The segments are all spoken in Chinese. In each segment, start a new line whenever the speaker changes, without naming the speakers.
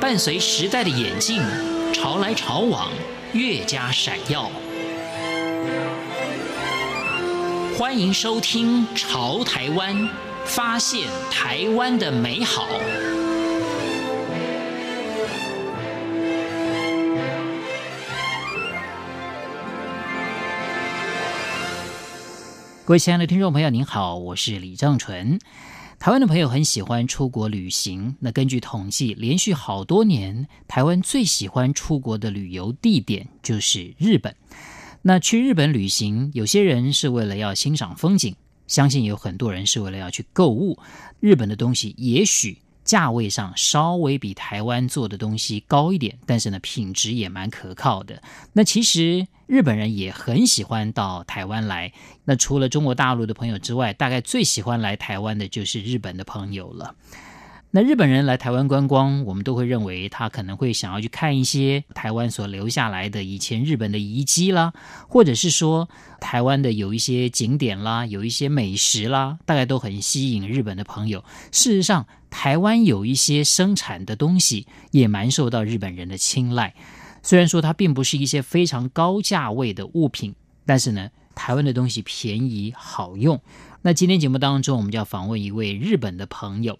伴随时代的演进，潮来潮往，越加闪耀。欢迎收听《潮台湾》，发现台湾的美好。各位亲爱的听众朋友，您好，我是李正淳。台湾的朋友很喜欢出国旅行，那根据统计，连续好多年，台湾最喜欢出国的旅游地点就是日本。那去日本旅行，有些人是为了要欣赏风景，相信有很多人是为了要去购物。日本的东西也许价位上稍微比台湾做的东西高一点，但是呢，品质也蛮可靠的。那其实日本人也很喜欢到台湾来。那除了中国大陆的朋友之外，大概最喜欢来台湾的就是日本的朋友了。那日本人来台湾观光，我们都会认为他可能会想要去看一些台湾所留下来的以前日本的遗迹啦，或者是说台湾的有一些景点啦，有一些美食啦，大概都很吸引日本的朋友。事实上，台湾有一些生产的东西也蛮受到日本人的青睐，虽然说它并不是一些非常高价位的物品，但是呢，台湾的东西便宜好用。那今天节目当中，我们就要访问一位日本的朋友。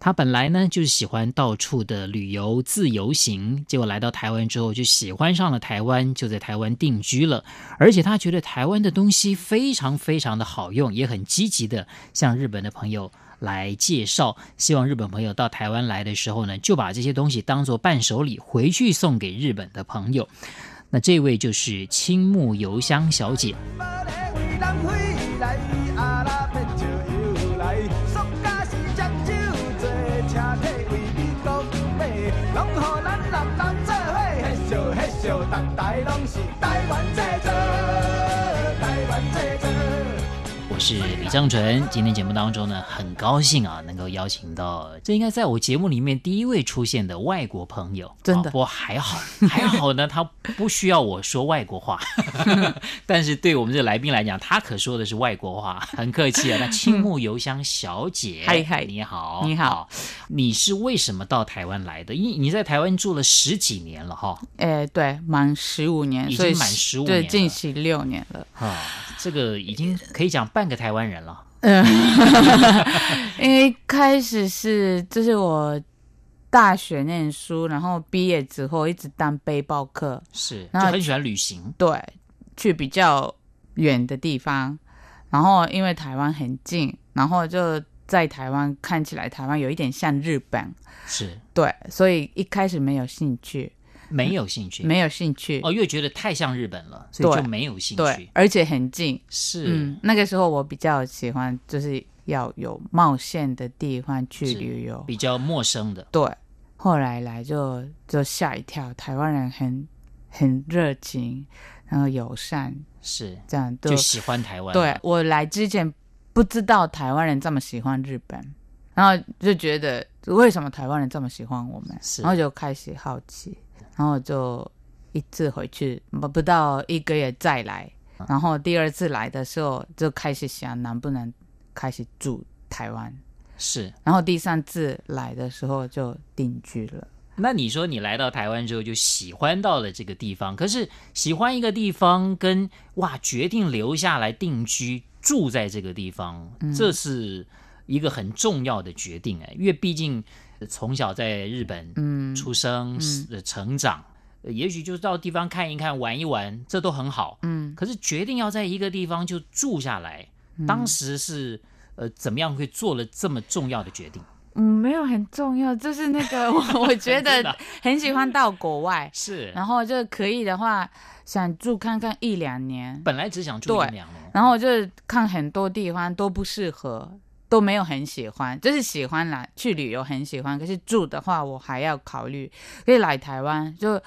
他本来呢就是喜欢到处的旅游自由行，结果来到台湾之后就喜欢上了台湾，就在台湾定居了。而且他觉得台湾的东西非常非常的好用，也很积极的向日本的朋友来介绍，希望日本朋友到台湾来的时候呢，就把这些东西当做伴手礼回去送给日本的朋友。那这位就是青木邮香小姐。我是李正淳。今天节目当中呢，很高兴啊，能够邀请到这应该在我节目里面第一位出现的外国朋友。
真
啊
的
不过还好，还好呢，他不需要我说外国话， 但是对我们这来宾来讲，他可说的是外国话，很客气啊。那青木邮箱小姐，
嗨嗨
你好，
你好，
你是为什么到台湾来的？因你在台湾住了十几年了哈。
哎，对，满十五年，
已
所以
经满
是
15
对，
年
近
了
十六年了。
啊，这个已经可以讲半个台湾人了。
因为开始是就是我大学念书，然后毕业之后一直当背包客，
是，就
那
很喜欢旅行。
对，去比较远的地方，然后因为台湾很近，然后就在台湾看起来台湾有一点像日本，
是，
对，所以一开始没有兴趣，
没有兴趣。
嗯没有兴趣，
哦，越觉得太像日本了，所以
对
就没有兴
对
趣。，
而且很近，
是、
嗯，那个时候我比较喜欢就是要有冒险的地方去
是
旅游，
比较陌生的，
对，后来来就就吓一跳，台湾人很很热情，然后友善，
是
这样对
就喜欢台湾。
对，我来之前不知道台湾人这么喜欢日本，然后就觉得为什么台湾人这么喜欢我们，
是
然后就开始好奇，然后就一次回去不不到一个月再来，
啊
然后第二次来的时候就开始想能不能开始住台湾，
是。
然后第三次来的时候就定居了。
那你说你来到台湾之后就喜欢到了这个地方，可是喜欢一个地方跟哇决定留下来定居住在这个地方，
嗯
这是一个很重要的决定哎，因为毕竟呃从小在日本
嗯
出生、呃成长，呃也许就是到地方看一看、玩一玩，这都很好。
嗯，
可是决定要在一个地方就住下来，当时是呃怎么样会做了这么重要的决定？
嗯，没有很重要，就是那个我 我觉
真的
得
啊
很喜欢到国外，
是，
然后就可以的话想住看看一两年，
本来只想住一
对
两年，哦
然后就看很多地方都不适合，都没有很喜欢，就是喜欢啦，去旅游很喜欢，可是住的话我还要考虑，可以来台湾就。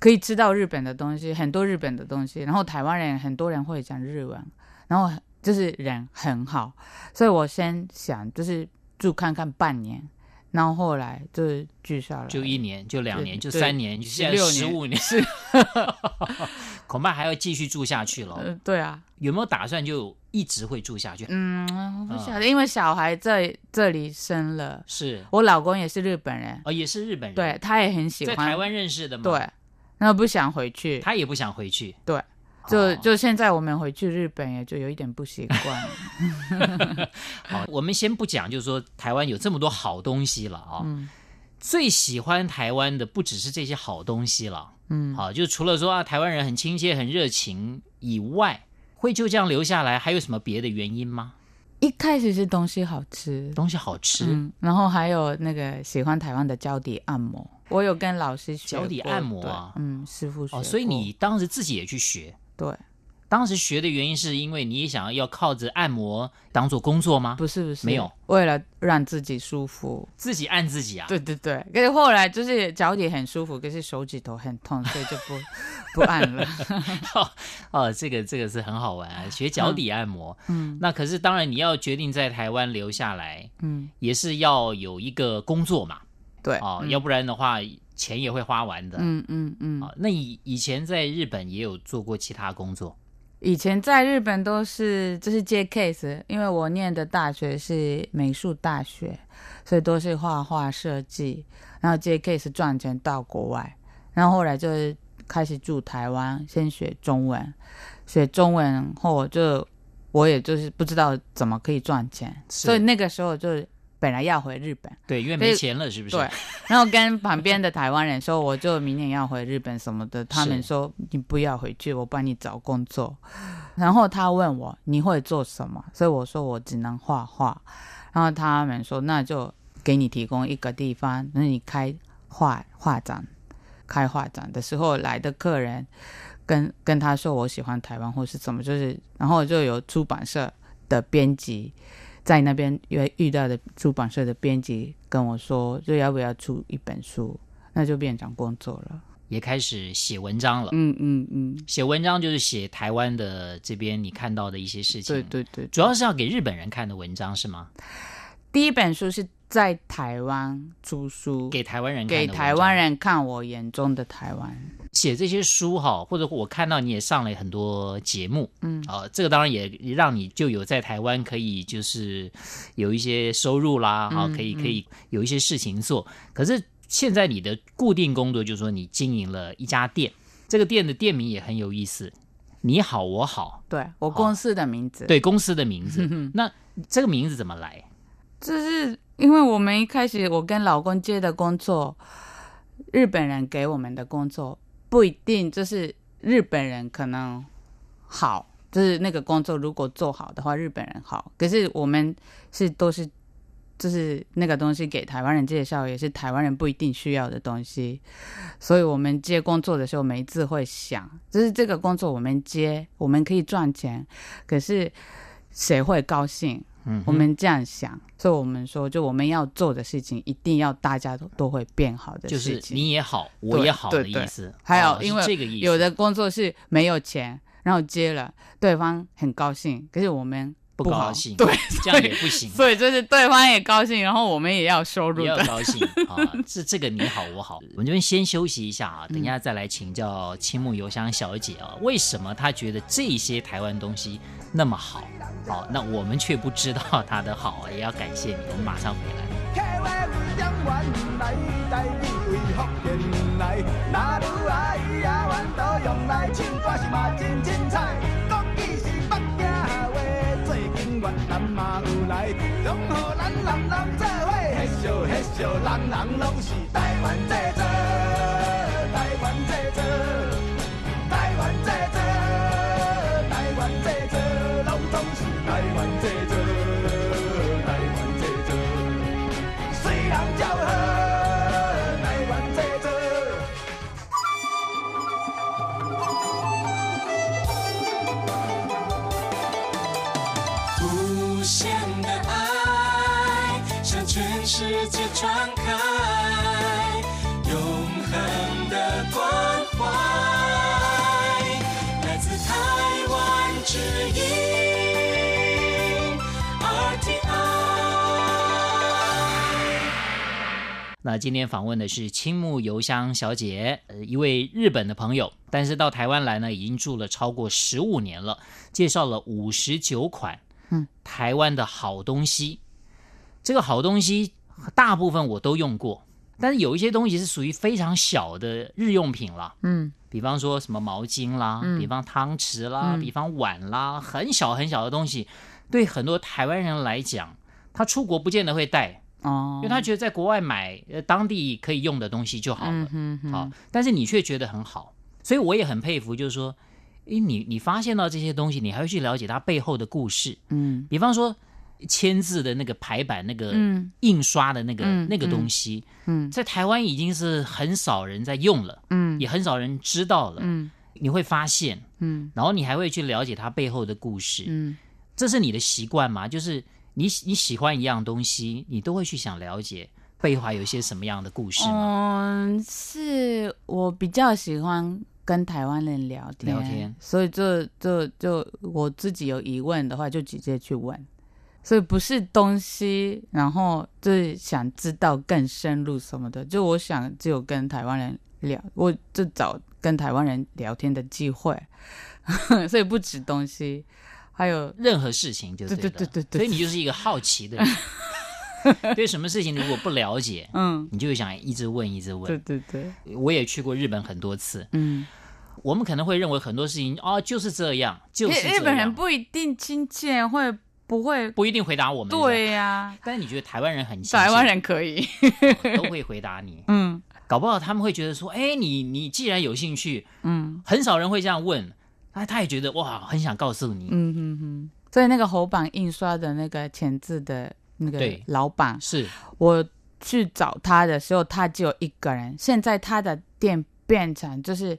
可以吃到日本的东西，很多日本的东西，然后台湾人很多人会讲日文，然后就是人很好，所以我先想就是住看看半年，然后后来就是聚下来，
就一年，就两
对
年，就
对
三年，就现在
16
十五年，
是
恐怕还要继续住下去了。
呃，对啊，
有没有打算就一直会住下去？
嗯，我不晓
啊
得，因为小孩在这里生了，
是，
我老公也是日本人，
哦，也是日本人，
对，他也很喜
在
欢，
台湾认识的嘛，，
对，那不想回去，
他也不想回去，
对，就
哦
就现在我们回去日本也就有一点不习 惯，
好，我们先不讲，就是说台湾有这么多好东西了啊、
嗯
最喜欢台湾的不只是这些好东西了，
嗯，
好，就除了说啊台湾人很亲切、很热情以外，会就这样留下来，还有什么别的原因吗？
一开始是东西好吃，
东西好吃，
嗯，然后还有那个喜欢台湾的脚底按摩，我有跟老师学
脚底
过
按摩
对
啊
嗯，师傅学
哦，所以
过
你当时自己也去学，
对，
当时学的原因是因为你也想要靠着按摩当做工作吗？
不是不是，
没有，
为了让自己舒服，
自己按自己啊？
对对对，可是后来就是脚底很舒服，可是手指头很痛，所以就不 不按 了，
哦，这个这个是很好玩啊，学脚底按摩。
嗯
那可是当然，你要决定在台湾留下来，
嗯，
也是要有一个工作嘛，
对，
哦，
嗯
要不然的话钱也会花完的。
嗯嗯嗯
啊，，那以以前在日本也有做过其他工作，
以前在日本都是就是接 case，因为我念的大学是美术大学，所以都是画画设计，然后接 case 赚钱到国外，然后后来就是开始住台湾，先学中文，学中文后我就我也就是不知道怎么可以赚钱，
是
所以那个时候就本来要回日本。
对，因为
所
没
以
钱了，是不是？
对，然后跟旁边的台湾人说，我就明年要回日本什么的，他们说你不要回去，我帮你找工作。然后他问我你会做什么，所以我说我只能画画。然后他们说那就给你提供一个地方，那你开画画展，开画展的时候来的客人跟跟他说我喜欢台湾或是怎么，就是然后就有出版社的编辑在那边遇遇到的出版社的编辑跟我说，就要不要出一本书，那就变成工作了。
也开始写文章了。
嗯嗯嗯，
写文章就是写台湾的这边你看到的一些事情，
对对对。
主要是要给日本人看的文章是吗？
第一本书是在台湾出书，
给台湾人看的
给
文章
台湾人看我眼中的台湾。
写这些书哈，或者我看到你也上了很多节目，
嗯
啊、这个当然也也让你就有在台湾可以就是有一些收入啦，哈、
嗯
可以可
嗯
以有一些事情做。可是现在你的固定工作就是说你经营了一家店，这个店的店名也很有意思，你好我好，
对我公司的名字，，
对公司的名 字，那这个名字怎么来？
这是因为我们一开始我跟老公接的工作，日本人给我们的工作不一定就是日本人可能好，就是那个工作如果做好的话，日本人好。可是我们是都是就是那个东西给台湾人介绍，也是台湾人不一定需要的东西，所以我们接工作的时候没字会想，就是这个工作我们接，我们可以赚钱，可是谁会高兴？
嗯哼
我们这样想，所以我们说，就我们要做的事情，一定要大家都都会变好的
就
事
是
情。
你也好，我也好
对
的
对
意思。
还有
哦是
因为
这个意思，
有的工作是没有钱，然后接了，对方很高兴，可是我们
不
好
高兴，
对，，
这样也不行。
所以就是对方也高兴，然后我们也要收入
也要
的。
高兴啊！这这个你好我好，我们这边先休息一下啊，等一下再来请教青木邮箱小姐啊，为什么她觉得这些台湾东西那么好？好、那我们却不知道它的好，也要感谢你，我们马上回来。
客话有音韵来，台语为福建来。哪女爱呀，阮都用来唱歌是嘛真精彩。国语是北京话，最近越南嘛有来，拢互咱男男做伙，嘿笑嘿笑，人人拢是台湾制造，台湾制造，台湾制造，台湾制造，拢总是台湾制造，台湾制造。虽然叫喝，台湾这这。
无限的爱向全世界传开，
那今天访问的是青木邮香小姐，呃，一位日本的朋友，但是到台湾来呢，已经住了超过十五年了，介绍了五十九款
嗯
台湾的好东西。这个好东西大部分我都用过，但是有一些东西是属于非常小的日用品啦，
嗯
比方说什么毛巾啦，
嗯
比方汤匙啦，
嗯
比方碗啦，很小很小的东西，对很多台湾人来讲，他出国不见得会带，
哦，
因为他觉得在国外买呃当地可以用的东西就好了
嗯，哼哼
好，但是你却觉得很好，所以我也很佩服，就是说，诶，你你发现到这些东西，你还会去了解它背后的故事，
嗯
比方说签字的那个排版那个
嗯
印刷的那个、
嗯
那个东西，
嗯
在台湾已经是很少人在用了，
嗯
也很少人知道了，
嗯
你会发现，
嗯
然后你还会去了解它背后的故事，
嗯
这是你的习惯吗？就是你喜你喜欢一样东西，你都会去想了解背后有一些什么样的故事吗？
嗯，是我比较喜欢跟台湾人聊天，
聊天
所以就就就我自己有疑问的话，就直接去问。所以不是东西，然后就是想知道更深入什么的。就我想，只有跟台湾人聊，我就找跟台湾人聊天的机会， 所以不止东西，还有
任何事情就对了，
对对对对对
所以你就是一个好奇的人， 对什么事情如果不了解，
嗯，
你就会想一直问一直
对
问。
对对，
我也去过日本很多次，
嗯，
我们可能会认为很多事情哦就是这样，就是这样
日日本人不一定亲切，会不会？
不一定回答我们，
对
吧，
呀、
但是你觉得台湾人很亲切
台湾人可以。
都会回答你，
嗯
搞不好他们会觉得说，哎，你你既然有兴趣，
嗯
很少人会这样问，他他也觉得哇，很想告诉你，
嗯嗯嗯。所以那个猴榜印刷的那个前字的那个
对
老板，
是
我去找他的时候，他只有一个人。现在他的店变成就是。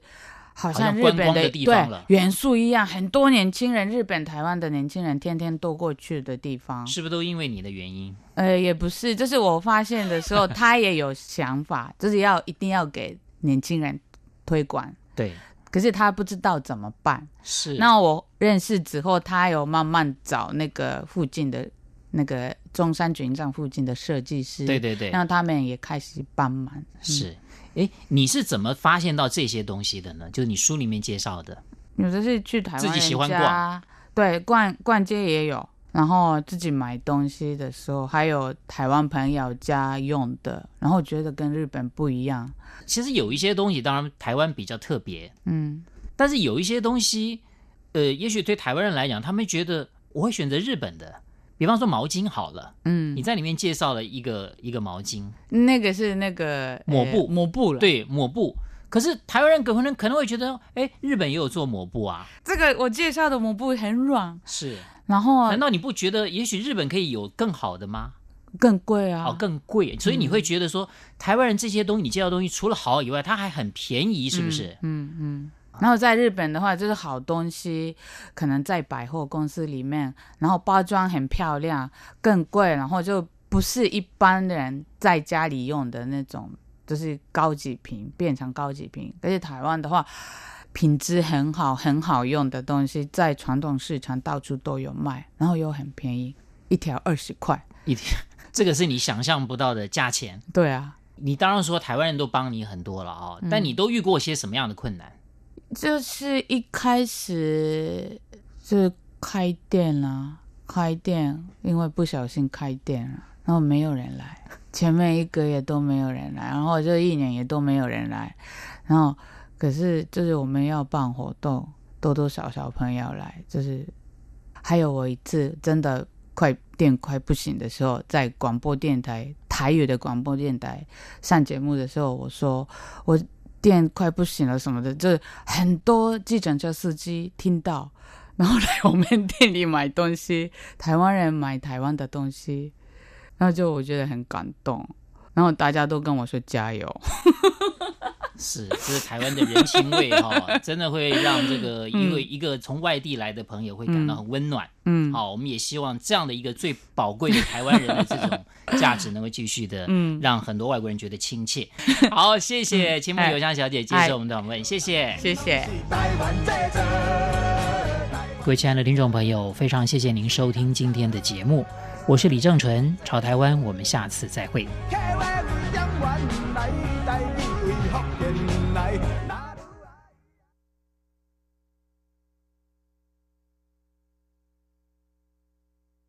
好
好
像
像
日
观
本
光
的
的地方
对
了
元素一样，很多年轻人，日本、台湾的年轻人天天都过去的地方。
是不是都因为你的原因？
呃，也不是，就是我发现的时候，他也有想法，就是要一定要给年轻人推广，
对，
可是他不知道怎么办。
是
那我认识之后，他有慢慢找那个附近的那个中山军站附近的设计师，
对对对，
让他们也开始帮忙。
是。
嗯
哎，你是怎么发现到这些东西的呢？就是你书里面介绍的，
有的是去台湾
自己喜欢
人家，对，逛逛街也有，然后自己买东西的时候，还有台湾朋友家用的，然后觉得跟日本不一样，
其实有一些东西，当然台湾比较特别，
嗯。
但是有一些东西，呃，也许对台湾人来讲，他们觉得我会选择日本的，比方说毛巾好了，
嗯
你，在里面介绍了一个一个毛巾，
那个是那个
抹
呃
布
抹布了。，
对，抹布。可是台湾人可能可能会觉得，哎，日本也有做抹布啊，
这个我介绍的抹布很软，
是。
然后
难道你不觉得也许日本可以有更好的吗？
更贵啊。嗯
哦，更贵，所以你会觉得说，台湾人这些东西，你介绍的东西除了好以外，它还很便宜，是不啊是？
嗯嗯。然后在日本的话，就是好东西，可能在百货公司里面，然后包装很漂亮，更贵，然后就不是一般人在家里用的那种，就是高级品变成高级品。而且台湾的话，品质很好、很好用的东西，在传统市场到处都有卖，然后又很便宜，一条二十块。
一定， 这个是你想象不到的价钱。
对啊，
你当然说台湾人都帮你很多了啊、
嗯
但你都遇过些什么样的困难？
就是一开始是开店啦、开店，因为不小心开店了，然后没有人来，前面一个月都没有人来，然后这一年也都没有人来，然后可是就是我们要办活动，多多少少朋友来，就是还有我一次真的快店快不行的时候，在广播电台台语的广播电台上节目的时候，我说我店快不行了什么的，就是很多计程车司机听到，然后来我们店里买东西，台湾人买台湾的东西，然后就我觉得很感动，然后大家都跟我说加油。
是，这是台湾的人情味哈、真的会让这个因为一个从外地来的朋友会感到很温暖。
嗯
好，我们也希望这样的一个最宝贵的台湾人的这 种价值能够继续的，
嗯
让很多外国人觉得亲切。好，谢谢青木
哎
邮香小姐接
哎
受我们的访问，谢嗯谢。
谢谢。
台湾制造。
各位亲爱的听众朋友，非常谢谢您收听今天的节目，我是李正淳，朝台湾，我们下次再会。
客话有点湾来台美，福建来，